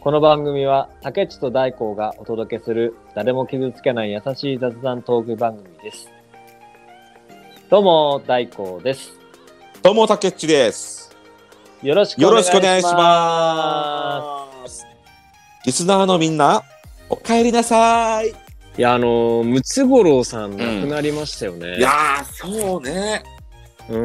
この番組は竹内と大光がお届けする誰も傷つけない優しい雑談トーク番組です。どうも大光です。どうも、たけっちです。よろしくよお願ろいしくお願いししまます。リスナーのみんな、お帰りなさい。す。いやあのムツゴロウさん亡くなりましたよねいやー、そうね。う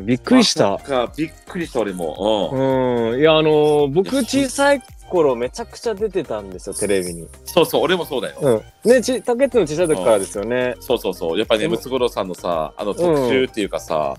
ん、びっびくりした。か、びっくりした、俺も。うん。うん、いやあの僕小さい頃めちゃくちゃ出てたんですよテレビに。そうそう、俺もそうだよ。うん。ねち竹内の小さい時からですよね。そうそうそう。やっぱりね、うんムツゴロウさんのさ、あの特集っていうかさ、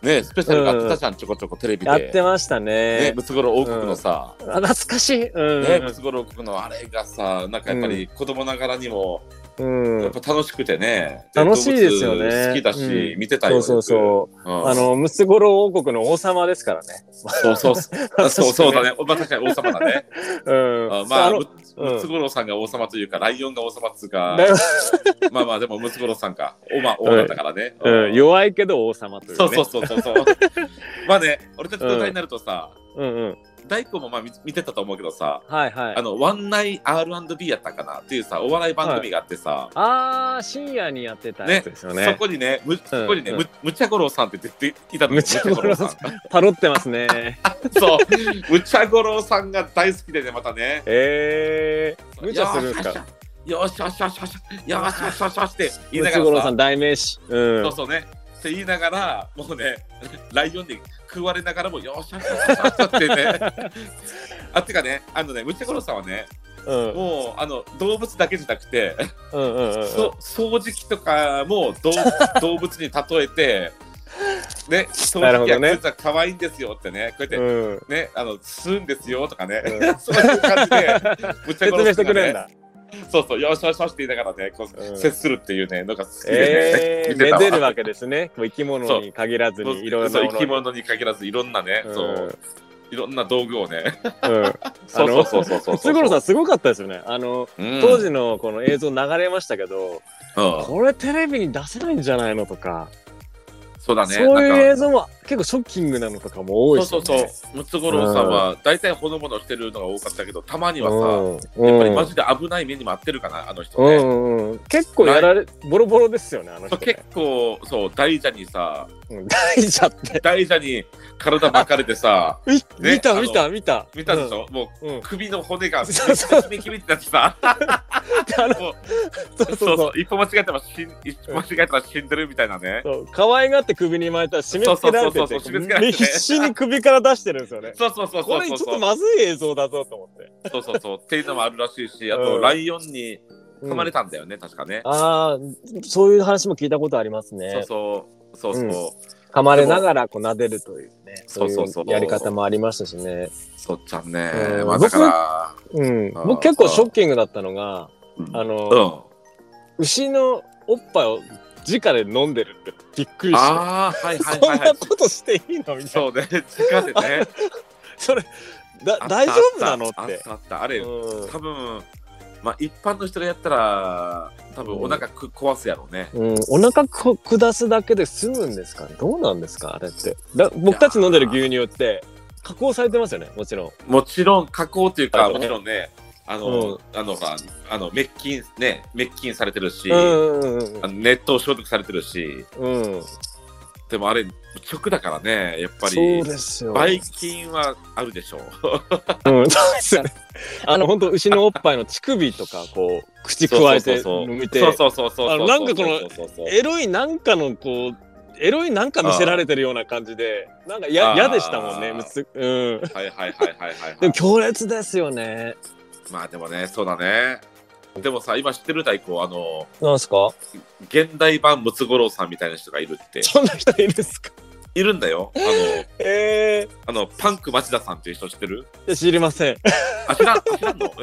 ね、スペシャルがあってたじゃん、ちょこちょこテレビで。やってましたねね、。ムツゴロウ王国のさ、あ懐かしい。うん。ね、ムツゴロウ王国のあれがさ、なんかやっぱり子供ながらにも、うんやっぱ楽しくてね、楽しいですよね動物好きだし、うん見てたそようそうそう。う。うんあの、ムツゴロウ王国の王様ですからね。そうそ うそうそうそうだね。まあ確かに王様だね。うん。あまあ、のムムツゴロウさんが王様というか、ライオンが王様っつうか、だいぶまあまあ、でもムツゴロウさんか、おまあ、王だったからね。うん、弱いけど王様というね。そうそうそうそ うそう。まあね、俺たちの代になるとさ、うんうん。大工もまあ見見てたと思うけどさ、はいはいあ。の、ワンナイ R&B やったかなっていうさ、お笑い番組があってさ、あー、深夜にやってたやねつですそよね。こにね、むそこにね、うんむむちゃゴロウさんって出ていたのむちゃごろうさんむちゃごろうパロってます ね。さんそう、むちゃゴロウさんが大好きでね、またね。えー。無茶するんですかよーしよしよしよしよしよしよしよしって言いムなツがゴロウらささん代名詞。うん。そうそうねって言いながらもうねライオンに食われながらもよーしよしよしよしってねあてかねあのねムチャゴロウさんはねうんうんもうあの動物だけじゃなくて、うんうん。そ掃除機とかも動 動物に例えてね掃なる除ほ機やどね靴は可愛いんですよってねこうやって、うん。ねあの吸うんですよとかね、う そういう感じ でムチ説ャゴロ明しウてさんくがれんね だ。そうそう、よしよしよしって言いながらね、こう、うん接するっていうね、のが好きでね、えー、見てめたわでるわけですね。もう生き物に限らずそうにいろんなそもうのに生き物に限らず、いろんなね、うんそう、いろんな道具 をね、うん。そうそうそうそうそう。ムツゴロウさんすごかったですよね。あの、うん当時のこの映像流れましたけど、うんこれテレビに出せないんじゃないのとか、そうだね、そうなんいうか映像も結構ショッキングなのとかも多いですそようね。そうそう、ムツゴロウさんは、大体ほのぼのしてるのが多かったけど、たまにはさ、うんやっぱうりんマジで危ない目にも遭ってるかな、あの人うね。んうんうん、結構やられ、ボロボロですよね、あの人そうね結。構、そう、大蛇にさ、うん大蛇って。大蛇に体巻かれてさ、みね 見た、あの見た、見た。見たでしょ、もううん、うん。首の骨が、そうそうキビキビってなってさ。あのもうそうそう そそうそうう。一歩間違えたら死ん一歩間違えたら死んでるみたいなね。そう可愛がって首に巻いたら締め付けられてそうそうそうそう締め付けらてれてね必死に首から出してるんですよね。 そうそうそうこそうれちそょっうとそうまずい映像だぞと思って。そうそうそうっていうのもあるらしいし、あうとんライオンに噛まれたんだよね、確かね。ああ、そういう話も聞いたことありますね。そうそうそうそう、うん噛まれながらこう撫でるというね、そうそうそういやり方もありましたしね。そっちゃんね、うんまあだから、うん、あー僕結構ショッキングだったのが、うんあの、うん、牛のおっぱいを直で飲んでるってびっくりして。ああーはいはいそはんいは。ないことしていいのみたいな。そうね、直で ね。それ、だあった大丈夫なのっ。あってたあったあれ、うん多分まあ一般の人がやったら多分お腹く壊すやろうね。うん、お腹こ下すだけで済むんですかどうなんですかあれってだ僕たち飲んでる牛乳って加工されてますよねもちろんもちろん加工というか、うんもちろんね、あうの、んあのさ、あの滅菌ね、滅菌されてるし、うんうんうんあの熱湯消毒されてるし、うんうんでもあれ直だからね、やっぱそうりですよばい菌はあるでしょう。うん、そうです よね。あの、本当牛のおっぱいの乳首とか、こう、口くわえてそうそうそう見てそ、うそうそうそうあそのう。なんかこのそうそうそうエロいなんかの、こう、エロいなんか見せられてるような感じで、なんかあやー嫌でしたもんね、むつうん。はいはいはいはいはい、はい。でも強烈ですよね。まあでもね、そうだね。でもさ、今知ってる大工、あの、なんすか現代版ムツゴロウさんみたいな人がいるって、そんな人いるんすかいるんだよ。あえの、あのパンク町田さんっていう人知ってーるいや、知りません。あ、知らん、知らんのえ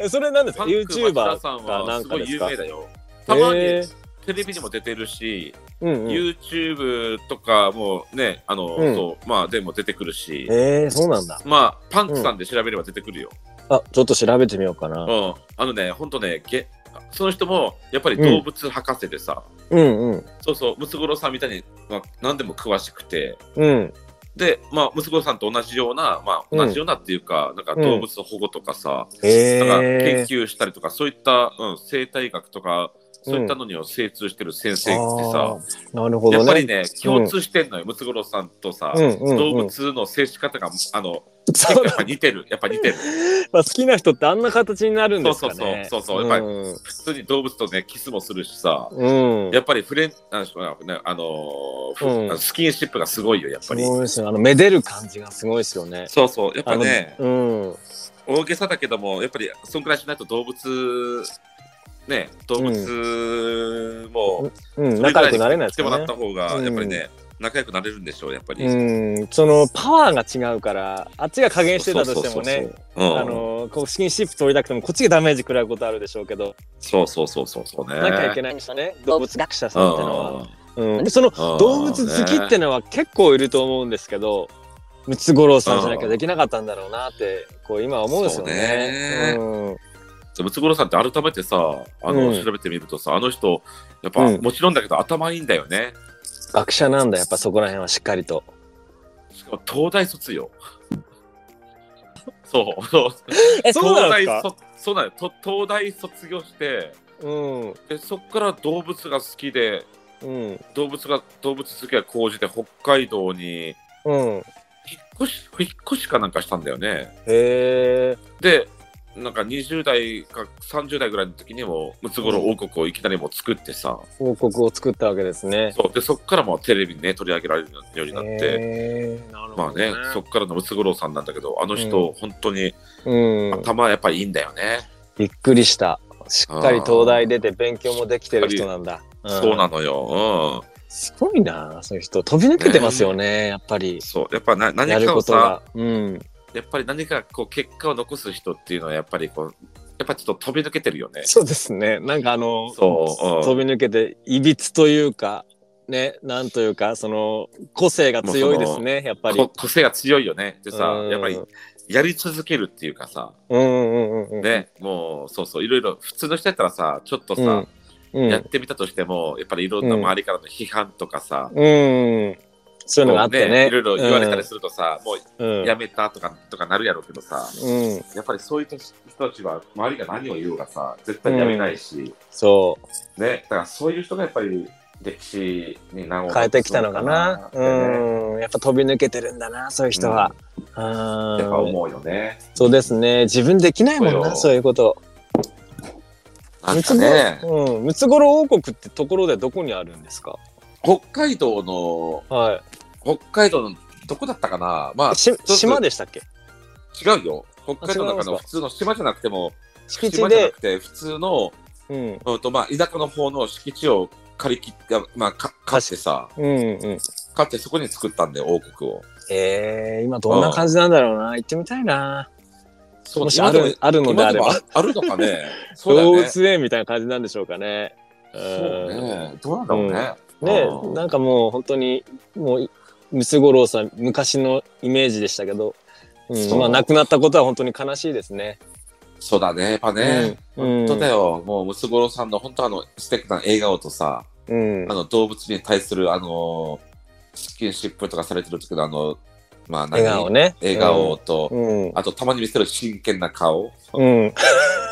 ーえそれなんですかパンク町 ?YouTuber 田さんかなはんすかごでいす有か名だよ。たまえにーテレビにも出てるし、うんうん YouTube とかもね、あの、うんそう、まあでも出てくるし、えー、そうなんだ。まあ、パンクさんで調べれば出てくるよ。あ、ちょっと調べてみようかうな。ん。あのね、ほんとね、げその人もやっぱり動物博士でさ、うんうん。そうそう、ムツゴロウさんみたいに、まあ、何でも詳しくて、うん。で、まあ、息子さんと同じような、まあ、うん同じようなっていうか、なんかうん動物の保護とかさ、へなんか研え。究したりとか、そういった、うん、生態学とか、そういったのには精通してる先生ってさ、あーなるほどね。やっぱ りね、共通してんのよ、ムツゴロウさんとさ、うんうんうん動物の接し方が、あの、そうやっぱ似てる、やっぱ似てる。まあ、好きな人ってあんな形になるんですかね。そうそうそうそうやっぱりうん普通に動物とね、キスもするしさ、うん。やっぱりフレン、なんでしょうかね、あのーふうんスキンシップがすごいよ、やっぱり。すごいですよ。あの、めでる感じがすごいですよね。そうそう、やっぱね、うん。大げさだけども、やっぱりそんくらいしないと動物、ね、動物も、うん、仲良くなれないで来すてもからっねた。方が、うんやっぱりね、仲良くなれるんでしょう、やっぱり。うん、そのパワーが違うから、あっちが加減してたとしてもね、そうそうそうそう。あうんのこうスキンシップ取りたくてもこっちがダメージ食らうことあるでしょうけど、そうそうそうそうそうね。なきゃいけないんですよね。動物学者さんってのは。うん、でそのうん動物好きってのは結構いると思うんですけど、ムツゴロウさんじゃなきゃうんできなかったんだろうなってこう今は思うんですよね。ムツゴロウさんって改めてさあの、うん調べてみるとさあの人やっぱ、うんもちろんだけど頭いいんだよねうん学者なんだやっぱそこら辺はしっかりと。しかも東大卒よ そうそうえ東大卒そうなのよと東大卒業してうんでそっから動物が好きでうん動物が動物好きが高じて北海道にうん。引っ越し引っ越しかなんかしたんだよねへえ。でなんか20代か30代ぐらいの時にもムツゴロウ王国をいきなりもう作ってさ、王国を作ったわけですね。そうでそこからもうテレビにね取り上げられるようになって、へーなるまほあどねそこからのムツゴロウさんなんだけどあの人、本当にうん、頭やっぱりいいんだよね、びっくりした。しっかり東大出て勉強もできてる人なんだ。そうだ。なのよ、すごいな、そういう人。飛び抜けてますよね、やっぱうりん、。そうやっぱなや何るかをことさが。うん。やっぱり何かこう結果を残す人っていうのはやっぱりこうやっぱちょっと飛び抜けてるよねそうですね。なんかあの、そううん飛び抜けて、いびつというか、ね、なんというか、その、個性が強いですね、やっぱり。こ個性が強いよねでさうんやっぱりやり続けるっていうかさうんうんうんうん。ね、もうそうそういろいろ普通の人やったらさちょっとさ、うん。うん。やってみたとしてもやっぱりいろんな周りからの批判とかさ、うん。そういうのがあってね。いろいろ言われたりするとさ、もううん。うんやめたとかとかなるやろうけどさ、うん。やっぱりそういう人たちは周りが何を言おうがさ、絶対やめないし、そね、だからそういう人がやっぱり歴史に名をう。変えてきたのかな。残すのかなってねうん。やっぱ飛び抜けてるんだな、そういう人は。うんやっぱ思うよね。そうですね。自分できないもんそうな、よそういうこと。なんかね、うん。ムツゴロウ王国ってところでどこにあるんですか北海道の、は北海道のどこだったかなまあい。、しそう島でしたっけ違うよ。北海道のあ違うん中のですか普通の島じゃなくても、敷地島じゃなで。くて普通の、うん。うんとまあ、田舎の方の敷地を借り切って、まあ、か買ってさ、うんうん。買ってそこに作ったんで、王国を。えー、今どんな感じなんだろうな。行ってみたいな。そうもしあるあるので今あでれもあば。あるの かね。そうだよ動ね。物園みたいな感じなんでしょうかね。そううんね。どうなんだろうね。ねうんなんかもう本当にもういムツゴロウさん昔のイメージでしたけど、うそん、うまあ亡くなったことは本当に悲しいですね。そうだね。やっぱね。うん本当だよ。もう、ムツゴロウさんの本当あの、素敵な笑顔とさ、うんあ、の、動物に対する、あの、スキンシップとかされてる時のあの、まあ、何笑顔。ね。笑顔と、うん。あと、たまに見せる真剣な顔。うん。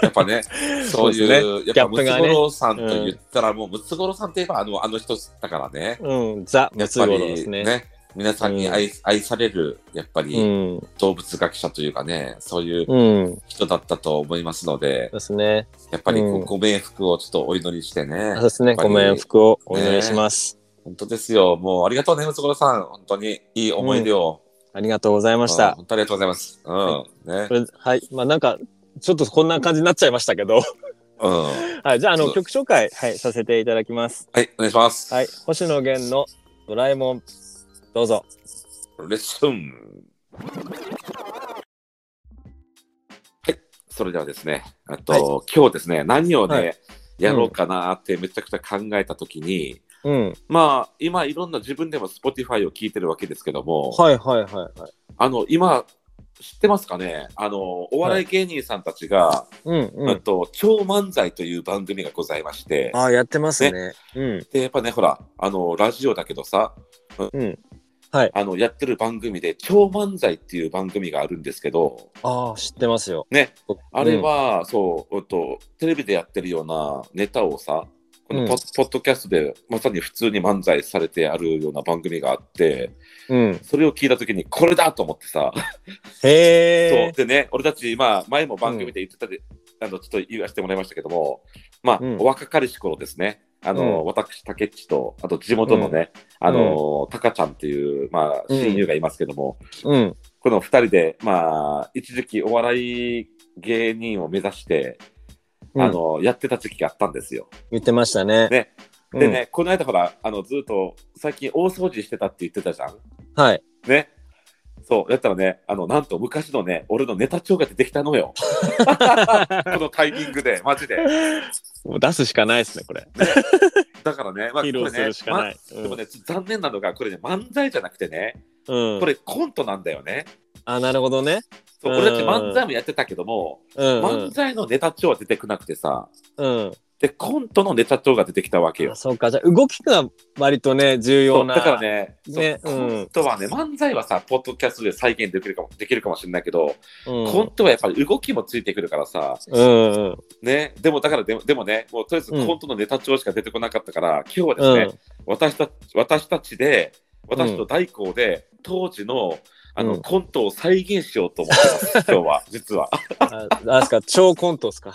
やっ ぱね、そうそうですいう、ギャやっぱッムプツがねゴロウさんと言ったら、もう、ムツゴロウさんといえば、あの、あの人だからね。うん。ザ・やムっツぱゴロウでりすね。ね、皆さんに愛,、愛される、やっぱうりん。動物学者というかね、そういううん。人だったと思いますので、ですね。やっぱりこううんご冥福をちょっとお祈りしてねそう、ですね。やっぱりご冥福をお祈りします。本当ですよ、もうありがとうね、ムツゴロウさん、本当にいい思い出を、ありがとうございましうんた。本当ありがとうございます。うん、はねこ、れはい。まあなんか、ちょっとこんな感じになっちゃいましたけど。うん、はい。じゃあ、あその、う曲紹介、はい、させていただきます。はい、お願いします。はい。星野源のドラえもん、どうぞ。レッスン。はい、それではですね、あと、今日ですね、何をね、はいやろうかなってめちゃくちゃ考えたときに、うん。まあ、今いろんな自分でも Spotify を聞いてるわけですけども、はいはいはいはい。あの、今、知ってますかねあの、お笑い芸人さんたちが、うんうあん。と、超漫才という番組がございまして、ああ、やってますね。うん。で、やっぱね、ほら、あの、ラジオだけどさ、うんはいあのやってる番組で「超漫才」っていう番組があるんですけどああ、知ってますよ。ね、あれうん、は、そう、おっと、テレビでやってるようなネタをさ、うこのんポ,、ポッドキャストでまさに普通に漫才されてあるような番組があって、うん。それを聞いたときに、これだと思ってさ、へそうえ。でね、俺たち、まあ、前も番組で言ってたで、あのちょっと言わせてもらいましたけども、まあ、うんお若かりし頃ですね、あの、うん私、竹内と、あと地元のね、あの、タカちゃんっていう、まあ、親友がいますけども、うん。この2人で、まあ、一時期お笑い芸人を目指して、うんあのやってた時期があったんですよ。言ってましたね。ねうんでね、、この間ほらあのずっと最近大掃除してたって言ってたじゃん。はい。ね。そうやったらねあのなんと昔のね俺のネタ帳が出てきたの よこのタイミングでマジで。もう出すしかないですね、これ。だからね、まあ、こ披れ露ねするしかない。までもね残念なのがこれね漫才じゃなくてねうん。これコントなんだよね。あ、なるほどね。そううん俺たち漫才もやってたけども、うんうん漫才のネタ帳は出てこなくてさうん。でコントのネタ帳が出てきたわけよあ。そうか、じゃあ動きが割とね、重そ要うな。だから。ね、ねそううんコントはね、漫才はさ、ポッドキャストで再現できるかもできるかもしれないけど、うん。コントはやっぱり動きもついてくるからさ、うんうん。ね、でもだからでも、でもね、もうとりあえうずんコントのネタ帳しか出てこなかったから、今日うはですね、ん。私た私たちで、私と大光で、当時のあの、うんコントを再現しようと思っ てます、今日は、実は。あ、あれっすか、超コントっすか。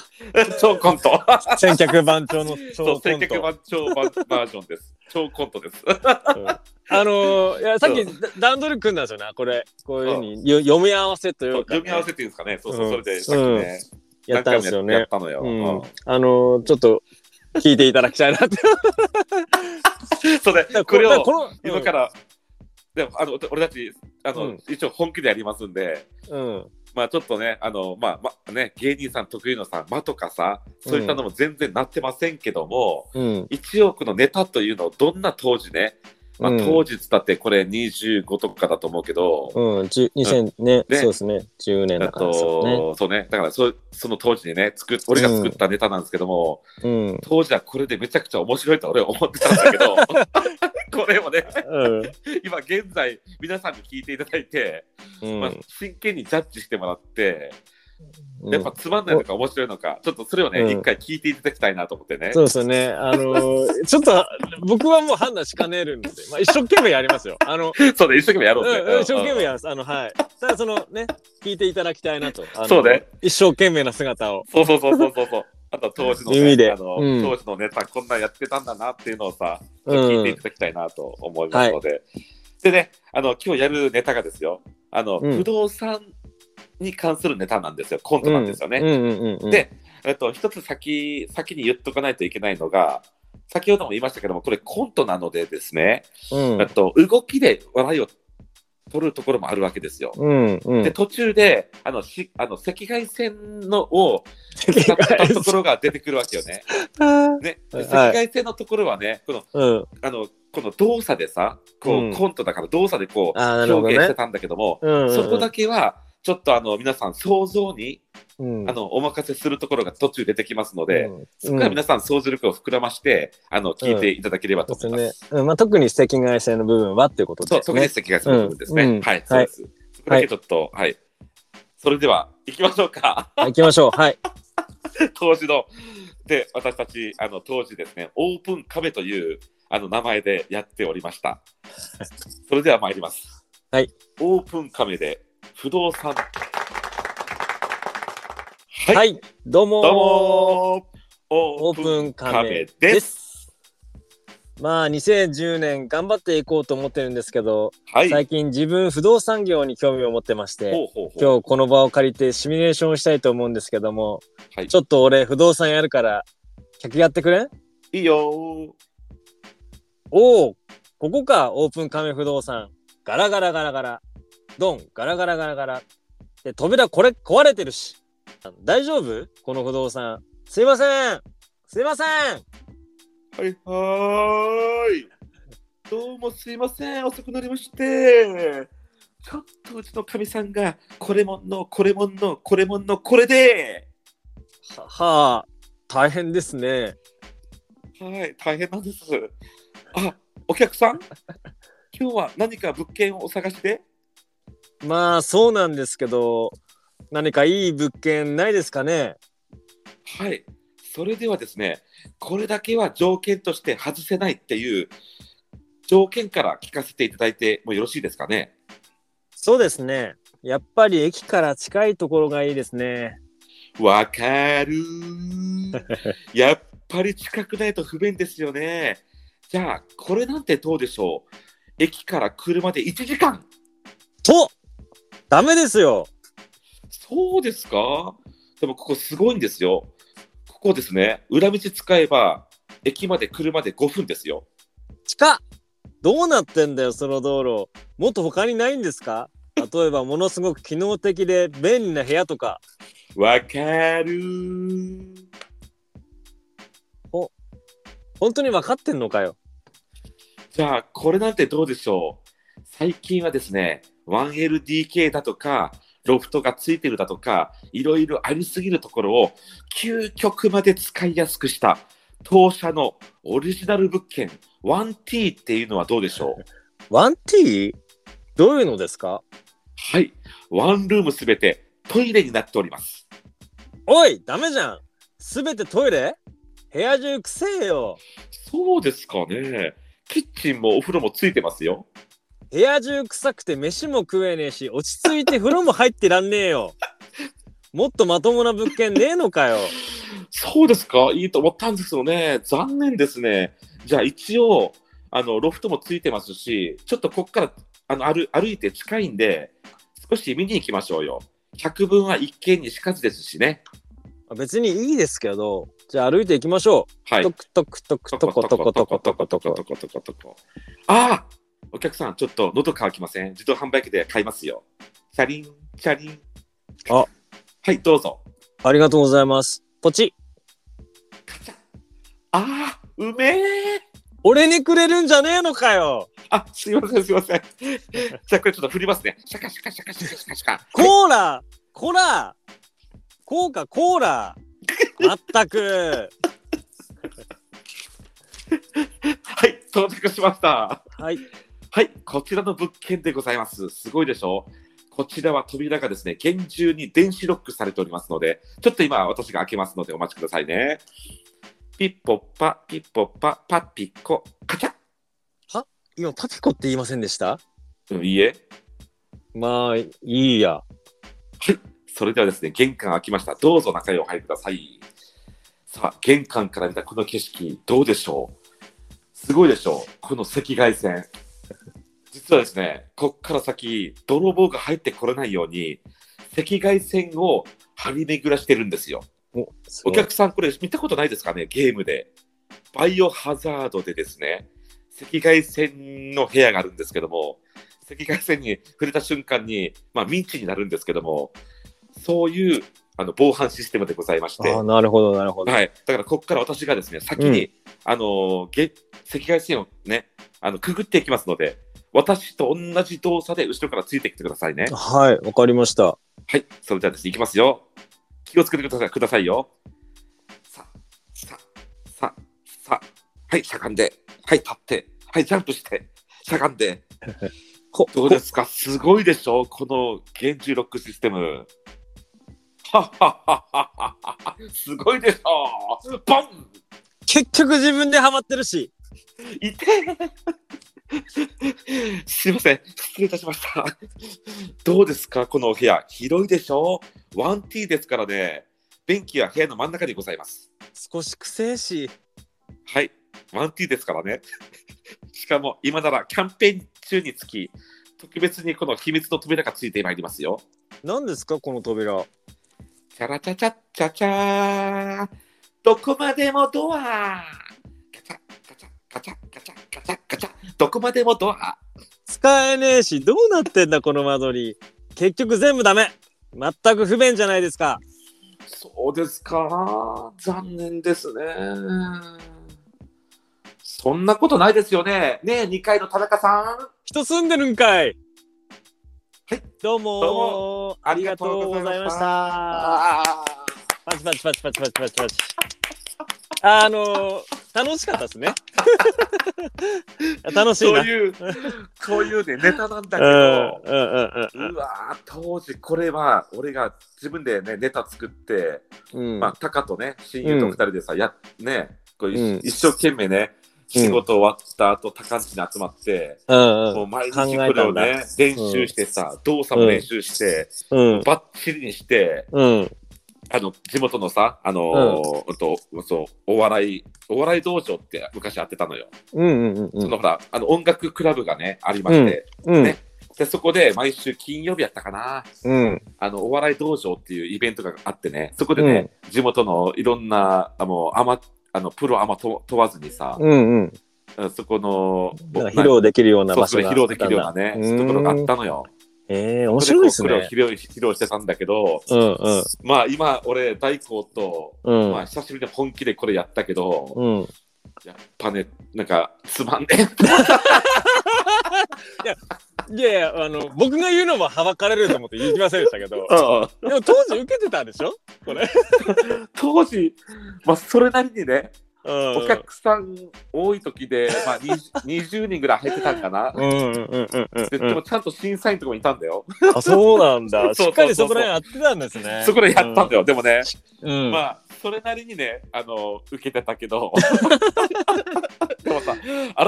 超コント。千客番長のそ超う、コ千ント客。万超ババージョンです。超コントです。うんあのーいやさっきそ段取り組んだんですよねこれこういうふうによ読み合わせとい うか、ね、読み合わせっていうんですかね、そうそう、うんそれでさっきね、やったんですよ何回もややねっ。たのうんよ。うん、あのーちょっと聞いていただきたいなって それ、これだらをこの今から、でもあの俺たちあの、うん一応本気でやりますんで、うん、うんまあちょっとね、あのまあまあね芸人さん得意のさ間とかさ、そういったのも全然なってませんけども、うん一応このネタというのをどんな当時ね、まあ、うん当時つったってこれ25とかだと思うけど。うん、じゅ2000ね、ねそうですね、10年だだからそとそうね、だからそその当時にね作っ、俺が作ったネタなんですけども、うね。うん当時はこれでめちゃくちゃ面白いと俺は思ってたんだけど、 これをね、うん 今現在、皆さんに聞いていただいて、うんまあ、真剣にジャッジしてもらって、うんやっぱつまんないのか面白いのか、ちょっとそれをね、うん一、回聞いていただきたいなと思ってね。そうですよね。あのーちょっと、僕はもう判断しかねるんで、まあ、一生懸命やりますよ。あの、そうね、一生懸命やろううんうん、一生懸命ややります。あの、はい。ただ、そのね、聞いていただきたいなと。あのそうね。一生懸命な姿を。そうそうそうそうそうそう。あと当時の、ね、耳であの、うん当時のネタこんなんやってたんだなっていうのをさ、う聞いていん。ただきたいなと思いますので。でね、あの、今日やるネタがですよ、あの、うん不動産に関するネタなんですよ、コントなんですよね。うんうんうんうん。で、えっと、一つ先、先に言っとかないといけないのが、先ほども言いましたけども、これコントなのでですね、うんえっと、動きで笑いを取るところもあるわけですよ。 うんうで、ん。途中で、あの、しあの赤外線のを使ったところが出てくるわけよね。ね、で はい赤外線のところはね、この、うん。あの、この動作でさ、こう、うんコントだから動作でこう、あーなるほど表ね現してたんだけども、うん。そこだけは、ちょっとあの、皆さん想像に、うん、あの、お任せするところが途中出てきますので、うん、そこから皆さん想像力を膨らまして、あの、聞いていただければとそ思ういでますす。ね。うん、まあ、特に赤外線の部分はっていうことそう、です特にね。赤外線の部分ですね。うんうんはい、そうです。そこだけちょっと、はい。それでは、行きましょうか。 はい行きましょう。はい。当時の、で、私たち、あの、当時ですね、オープンカフェという、あの、名前でやっており ました。それでは参ります。はい。オープンカフェで、不動産。はい。はい、どうもーどうもーオオープンカメでです。す。まあ2010年頑張っていこうと思ってるんですけど、はい。最近自分不動産業に興味を持ってましてほうほうほう今日この場を借りてシミュレーションをしたいと思うんですけども、はいちょっと俺不動産やるから客やってくれんいいよー。おおここかオープンカメ不動産ガラガラガラガラドンガラガラガラガラで扉これ壊れてるし大丈夫この不動産すいませんすいませんはいはーい。どうもすいません、遅くなりまして。ちょっとうちのかみさんが、これもんの、これもんの、これもんの、これで。ははあ大変ですねはい、大変なんです。あ、お客さん今日は何か物件をお探しでまあそうなんですけど何かいい物件ないですかねはい。それではですね、これだけは条件として外せないっていう条件から聞かせていただいてもよろしいですかね。そうですねやっぱり駅から近いところがいいですねわかるー。やっぱり近くないと不便ですよね。じゃあ、これなんてどうでしょう。駅から車で1時間。とダメですよそうですかでもここすごいんですよ。ここですね、裏道使えば駅まで車で5分ですよ。近っどうなってんだよその道路もっと他にないんですか例えばものすごく機能的で便利な部屋とかわかるー。本当に分かってんのかよじゃあ、これなんてどうでしょう最近はですね、1LDK だとか、ロフトがついてるだとか、いろいろありすぎるところを、究極まで使いやすくした、当社のオリジナル物件、1T っていうのはどうでしょう 1T? どういうのですかはい、ワンルームすべてトイレになっております。おいダメじゃんすべてトイレ部屋中くせえよそうですかね。キッチンもお風呂もついてますよ。部屋中臭くて飯も食えねえし落ち着いて風呂も入ってらんねえよもっとまともな物件ねえのかよそうですか、いいと思ったんですよね。残念ですね。じゃあ一応、あのロフトもついてますし、ちょっとここからあの歩歩いて近いんで、少し見に行きましょうよ。百分は一見にしかずですしね。別にいいですけどじゃあ歩いていきましょはういト。クトクトクトコトコトコトコトコトコトコトコ。ああお客さん、ちょっと喉乾きません。自動販売機で買いますよ。チャリン、チャリン。あはい、どうぞ。ありがとうございますポチああ、うめえ俺にくれるんじゃねえのかよあ、すいません、すいません。じゃあ、これちょっと振りますね。シャカシャカシャカシャカシャカシャカ。コーラコラこうかコーラまったくはい、到着しました。はいはい、こちらの物件でございます。すごいでしょこちらは扉がですね、厳重に電子ロックされておりますので、ちょっと今私が開けますのでお待ちくださいね。ピッポッパ、ピッポッパ、パッピッコ、カチャ今パピコって言いませんでしたうん、いいえ。まあいいやそれではですね、玄関開きました。どうぞ中へお入りください。さあ、玄関から見たこの景色、どうでしょうすごいでしょうこの赤外線。実はですね、こっから先、泥棒が入ってこれないように、赤外線を張り巡らしてるんですよ。おすごおい客さん、これ見たことないですかね、ゲームで。バイオハザードでですね、赤外線の部屋があるんですけども、赤外線に触れた瞬間に、まあ、ミンチになるんですけども、そういうあの防犯システムでございまして、ああはなるほどなるほど、い、だからここから私がですね、先に、うあのーげ赤外線をね、あのくぐっていきますので、私と同じ動作で後ろからついてきてくださいね。はいわかりましたはい、それではですね、いきますよ。気をつけてくださいくださいよ。さ、さ、さ、さ、はい、しゃがんで、はい、立って、はい、ジャンプして、しゃがんで。こどうですかすごいでしょこの厳重ロックシステム。はっはっはっはっはっはすごいでしょボン結局自分でハマってるしいてえすいません失礼いたしましたどうですかこのお部屋広いでしょ 1T ですからね便器は部屋の真ん中にございます少しくせえしはい 1T ですからねしかも今ならキャンペーン中につき特別にこの秘密の扉がついてまいりますよ何ですかこの扉チャラチャチャチャチャーどこまでもドアガチャガチャガチャガチャガチャガチャどこまでもドア使えねえしどうなってんだこの間取り結局全部ダメ全く不便じゃないですかそうですか。残念ですね。そんなことないですよね。ねえ、2階の田中さん。人住んでるんかいはいどうもーどうありがとうございましたあパチパチパチパチパチパチパチあのー、楽しかったですね あ。楽しいそうな。いう、そういうね、ネタなんだけうんど、うんうんうわー当時これは俺が自分でねネタ作って、うんうんまあタカとね親友と二人でさ、やねこう、いうん一生懸命ね仕事終わった後、タカんちに集まって、うんもう毎考えた日んだこれをね練習してさ、動作も練習して、うんバッチリにしてうんあの地元のさあのーうんとそうお笑いお笑い道場って昔やってたのよ、うんうんうそんのほらあの音楽クラブがねありまして、うんねでそこで毎週金曜日やったかなうんあのお笑い道場っていうイベントがあってね、そこでね、地元のいろんなあのアマあのプロアマと問わずにさ、うんうんうんそこのなんか披露できるようなそう場所そうが披露できるようなあっね、たんだところがあったのよ。ええ面白いですそれねこうこれを披露披露してたんだけど、うんうんまあ今、俺、大光と、うんまあ久しぶりに本気でこれやったけど、うんやっぱね、なんかつまんねえ。いやいやあの僕が言うのもはばかれると思って言いませんでしたけ どでも当時受けてたんでしょこれ、当時、まあそれなりにね、うんお客さん多い時で、まあ20 20人ぐらい入ってたんかな。うんうんうんうんうんでうでんもちゃんと審査員とかもいたんだよ。 あそうなんだそうしそうそうそうっかりそこら辺やってたんですねそこでやったんだよ。でもね、うん、まあそれなりにね、あの受けてた けど。でもさ、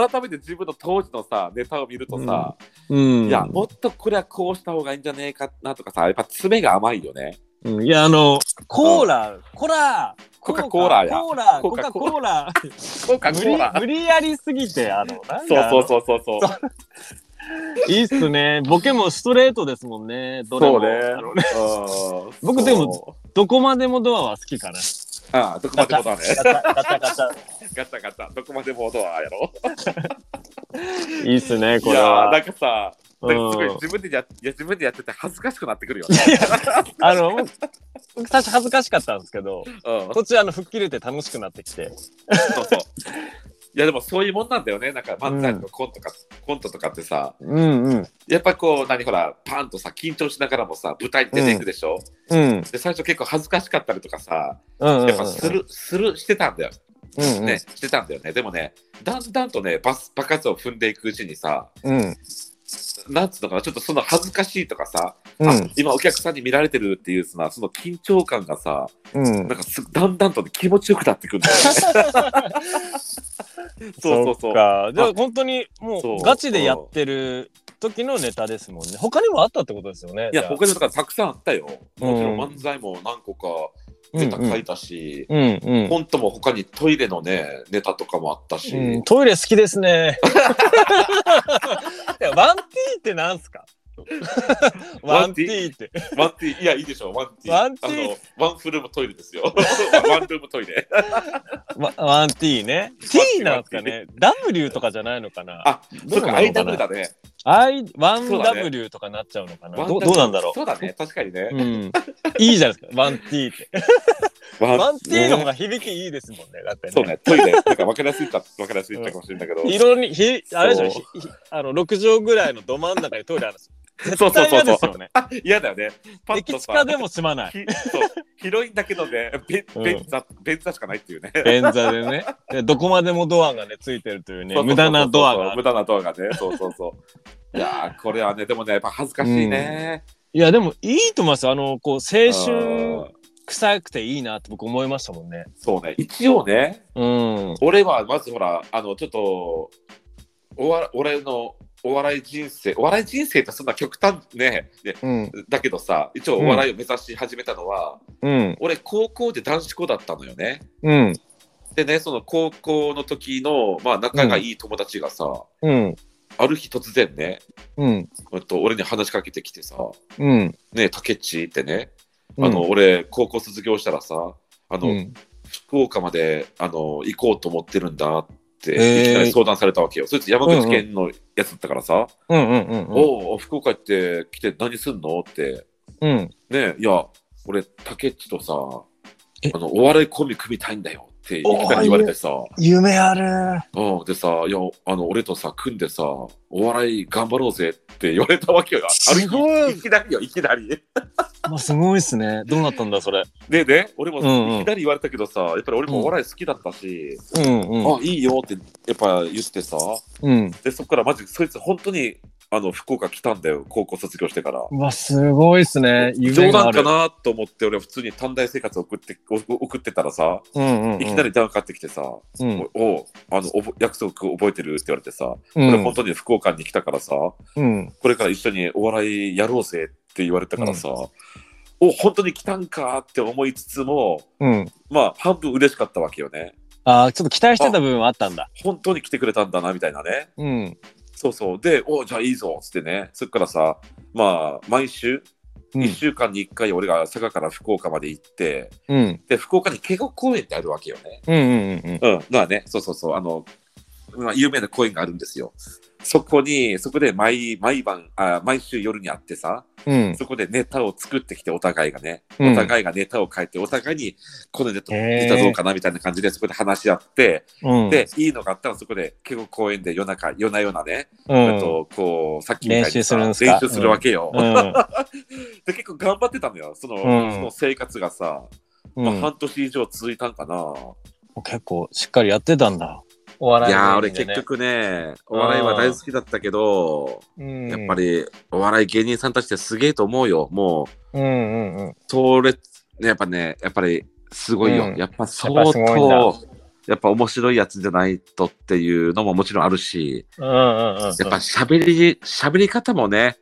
改めて自分の当時のさネタを見るとさ、うん、いやもっとこれはこうした方がいいんじゃねえかなとかさ、やっぱ爪が甘いよね。うんいやあのコーラコラコカコーラやコーラココカカココーラそうか無理無理やりすぎてあのなんそうかそうそうそうそう。いいっすねボケもストレートですもんねどれそもうねあのね。うん僕でも、どこまでもドアは好きかなそうああどこまでもドアね。ガチャガチャガチャガチャガチャ、どこまでもドアやろ。いいっすねこいれやーなはんかさ、うなんかすごいん自分でやいや自分でやってて恥ずかしくなってくるよね。 あの僕僕最初恥ずかしかったんですけどうん途中あの吹っ切れて楽しくなってきてそうそう。いやでもそういうもんなんだよね。なんか漫才とかコントか、コントとかってさ、うんうんやっぱこう何ほらパンとさ緊張しながらもさ舞台に出ていくでしょ。うんで最初結構恥ずかしかったりとかさ、うんうんやっぱする、するしてたんだよ。うんうんね、してたんだよね。でもね、だんだんとねバスバカツを踏んでいくうちにさ、うんなんつうのかなちょっとその恥ずかしいとかさ、うあん今お客さんに見られてるっていうそのその緊張感がさ、うんなんかすだんだんとね気持ちよくなってくる んだよね。そうそうそう。か。じゃあ本当にもそううガチでやってる時のネタですもんね。他にもあったってことですよね。いや、じゃあ他にもだからたくさんあったよ。もちろんうん漫才も何個かネタ書いたし、うんうん。本当も他にトイレのね、ネタとかもあったし、うん、トイレ好きですね。 いやワンティーってなんすかワンティーって。ワンティー、いや、いいでしょう、ワンティー。ワンティーあのワンフルームトイレですよ。 ワンルームトイレ。ワワンティーね。T なんすかね ?W とかじゃないのかなあ、どそううなのかなか、IW だね。 ?I、そうだね 1W とかなっちゃうのかなワンどうどうなんだろそうだね、確かにねう。うん。いいじゃないですか。ワンティーって。ワンティーの方ねが響きいいですもんね。だってね。そうね、トイレ、なんか分かりやすいか、分かりやすいかもしれないけど。色にひあれでしょそうひひあの6畳ぐらいのど真ん中にトイレあるんですよ。そうそうそう絶対嫌そうですよね。嫌だよね。パッ駅と地下さ、でも済まない。ひそう広いんだけどね、便うん便座、便座しかないっていうね。便座でね。でどこまでもドアがねついてるというねそうそうそうそ無う駄なドアがあ無る。駄なドアがね。そうそうそう。いやー、これはね、でもね、やっぱ恥ずかしいね。いやでもいいと思いますよ。あのこう青うん春臭くていいなって僕思いましたもんね。そうね、一応ね、うん。俺はまずほら、あの、ちょっと、おわ俺のお笑い人生、お笑い人生ってそんな極端ね、でうんだけどさ、一応お笑いを目指し始めたのは、うん俺、高校で男子校だったのよね。うんでね、その高校の時の、まあ、仲がいい友達がさ、うんある日突然ね、うんえっと、俺に話しかけてきてさ、うん。ねえ、竹内ってね、あの、俺、高校卒業したらさ、あうの、んうん福岡まで、あの、行こうと思ってるんだって、へーいきなり相談されたわけよ。そいつ山口県のやつだったからさ、うんうんおうんおう福岡行って来て何すんのって、うん。ねえ、いや、俺、竹内とさ、えあの、お笑いコンビ組みたいんだよって、いきなり言われてさ、夢ある。うん、でさ、いや、あの、俺とさ、組んでさ、お笑い頑張ろうぜって言われたわけよ。ある日すごいいきなりよ、いきなり。まあ、すごいっすね。どうなったんだ、それ。でね、俺もうんうんいきなり言われたけどさ、やっぱり俺もお笑い好きだったし、うんうん。あ、いいよってやっぱ言ってさ、うん。で、そこからマジ、そいつ本当にあの福岡来たんだよ、高校卒業してから。うわ、すごいっすね。冗夢があ談るか。なと思って、俺は普通に短大生活送ってお送ってたらさ、うんうん、うん。いきなり電話かかってきてさ、うん。おおあのおぼ約束覚えてるって言われてさ、う俺本ん。当に福岡に来たからさ、うん。これから一緒にお笑いやろうぜって言われたからさ、お本当に来たんかって思いつつも、うん。まあ、半分嬉しかったわけよね。ああ、ちょっと期待してた部分はあったんだ。本当に来てくれたんだなみたいなね。うん。そうそう。で、おじゃあいいぞっつってね、そっからさ、まあ、毎週、う1ん。週間に1回、俺が佐賀から福岡まで行って、うん。で、福岡に渓谷公園ってあるわけよね。うんうんうんうん、まあね、そうそうそう、あの、まあ、有名な公園があるんですよ。そこに、そこで毎毎晩あ、毎週夜に会ってさ、うん。うん。そこでネタを作ってきて、お互いがね、うんお互いがネタを書いて、お互いにこのネタへーネタどうかなみたいな感じで、そこで話し合って、うん。で、いいのがあったら、そこで結構公園で夜中、夜な夜なね、うん、あとこう、さっきみたいにさ練習するんですか練習するわけよ。うんで、結構頑張ってたのよ、その,、んその生活がさ、うまあ、ん半年以上続いたんかな。結構しっかりやってたんだ。お笑いいのやー意俺味で結ね、局ねお笑いは大好きだったけど、うんやっぱ。りお笑い芸人さんたちってすげえと思うよもうんうんうん。うそれねやっぱねやっぱりすごいよ、うんやっぱ相やっぱすごいんだ当やっぱ面白いやつじゃないとっていうのももちろんあるしうんうんうん。やっぱ喋り喋り方もね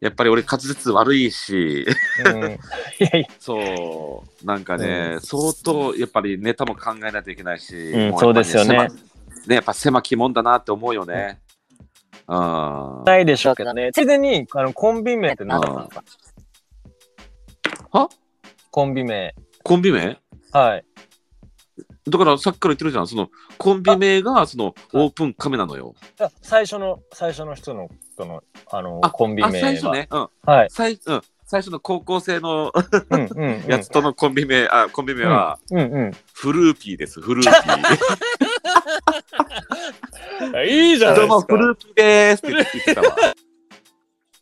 やっぱり俺滑舌悪いしうん、いやいそうなんかね、相当やっぱりネタも考えないといけないし、んもそうですよねやっぱり狭ねやっぱ狭きもんだなって思うよね、うんないでしょうけどね。ついでに、あの、コンビ名って何だったんですかはコンビ名。コンビ名はい。だからさっきから言ってるじゃんそのコンビ名がそのオープンカメなのよ。あ最初の、最初の人の、その、あの、あコンビあ名は。最初ね、うんはい。最うん、最初の高校生のうんうんうん。やつとのコンビ名、あコンビ名はうんうん。フルーピーですフルー ピー。いいじゃなどういでもすフか。ルーピーでーすって言って たわ。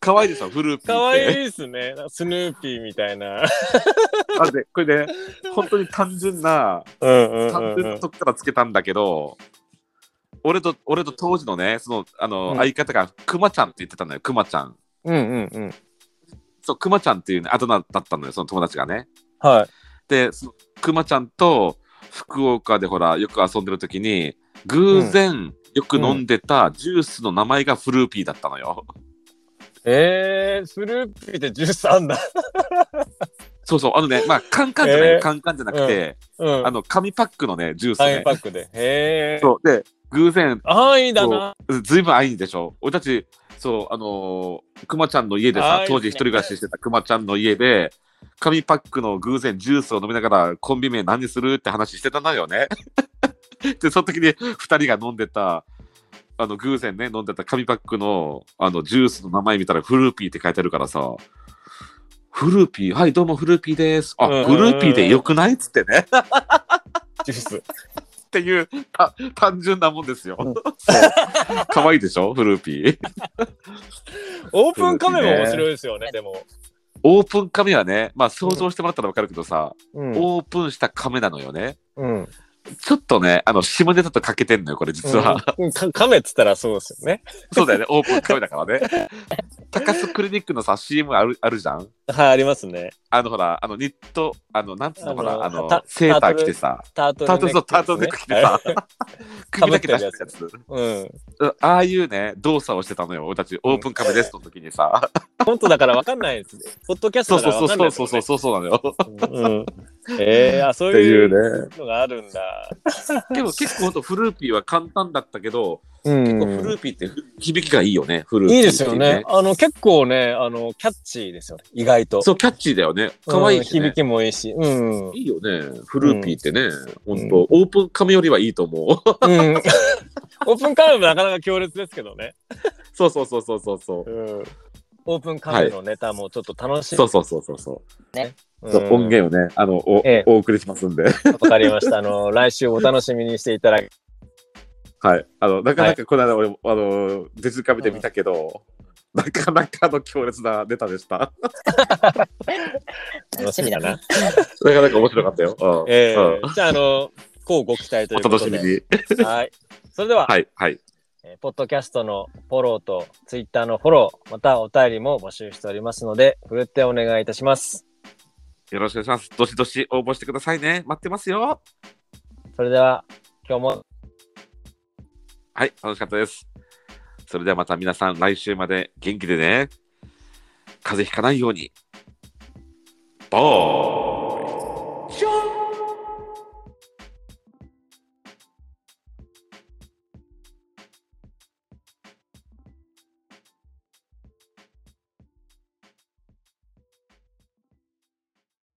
可愛いでしょフルーピーって。かわいいですね。スヌーピーみたい な。あでこれね本当に単純なうんうん単うん純う。なんとこからつけたんだけど。俺と俺と当時のね、そのあの、うん相方がクマちゃんって言ってたのよ、クマちゃん。うんうんうん。そう、クマちゃんっていう、ね、あだ名だったのよ、その友達がね。はで、そのクマちゃんと福岡でほら、よく遊んでる時に、偶然よく飲んでたジュースの名前がフルーピーだったのよ。い。えー、スルーピーって13あんだ。そうそう、あのね、まあ、カンカンじゃない、えーカンカンじゃなくて、うん。あの、紙パックのね、ジュースタイムねパ。ックで。へえ。そう、で、偶然、安易だな。ずいぶん愛いでしょ。俺たち、そう、あのー、クマちゃんの家であ、さー当時いいで一すね人暮らししてたクマちゃんの家で、紙パックの偶然ジュースを飲みながらコンビ名何するって話してたのよね。 で、その時に二人が飲んでた、あの、偶然ね、飲んでた紙パックの、あの、ジュースの名前見たらフルーピーって書いてあるからさ、フルーピー、はい、どうもフルーピーです。あ、うんうんうんフルーピーでよくないっつってね。っジュース。ていう、た単純なもんですよ。うんそう 可愛いでしょ、フルーピー。オープンカメも面白いですよね、でも。オープンカメはね、まあ想像してもらったらわかるけどさ、うん。オープンしたカメなのよね。うん。ちょっとね、あの、下ネタとかけてんのよ、これ実は。かカメっつったらそうですよね。そうだよね、オープンカメだからね。高須クリニックのさ、CM あるあるじゃんはい、ありますね。あの、ほら、あの、ニット、あの、なんつうの、ほら、ああののた、セーター着てさ、タートルタネーックトでルすそね。うタートルネック着てさ、首だけ出してるやつ。はい。うん。うんああいうね、動作をしてたのよ、俺たち、オープンカメですの時にさ。本当だからわかんないですね。ポッドキャスそトだうかそらうわかそうんないそうですそようそうね。そうそうなのよ。うん。えー、あ、そうっていいううね。のがあるんだ。でも結構ほんとフルーピーは簡単だったけど、う結構フルーピーって響きがいいよね、フルーピいーいってですよね。。あの、結構ね、あの、キャッチーですよね。意外と。そう、キャッチーだよね。可愛いし、うんね響。きもいいし。うん。うん。 いいよね、フルーピーってね。ん本当、オープン紙よりはいいと思う。 オープンカメもなかなか強烈ですけどね。そうそうそうそうそうそう。オープンカメのネタもちょっと楽しい。そうそうそうそうそうう。そう音源をね、あの、お、ええお送りしますんで。 んわかりました。あの、来週お楽しみにしていただき。はい。あの、なかなかこの間俺も、あの、デジカメで見たけど、なかなかの強烈なネタでした。楽しみだな。 なかなか面白かったよ。うんえうんー、じゃあ、あの、こうご期待といおうことで。楽しみに。に。はい。それでは、はい、はい。えーポッドキャストのフォローとツイッターのフォロー、またお便りも募集しておりますので、ふるってお願いいたします。よろしくお願いします。どしどし応募してくださいね。待ってますよ。それでは、今日もはい、楽しかったです。それではまた皆さん、来週まで元気でね。風邪ひかないように。ボー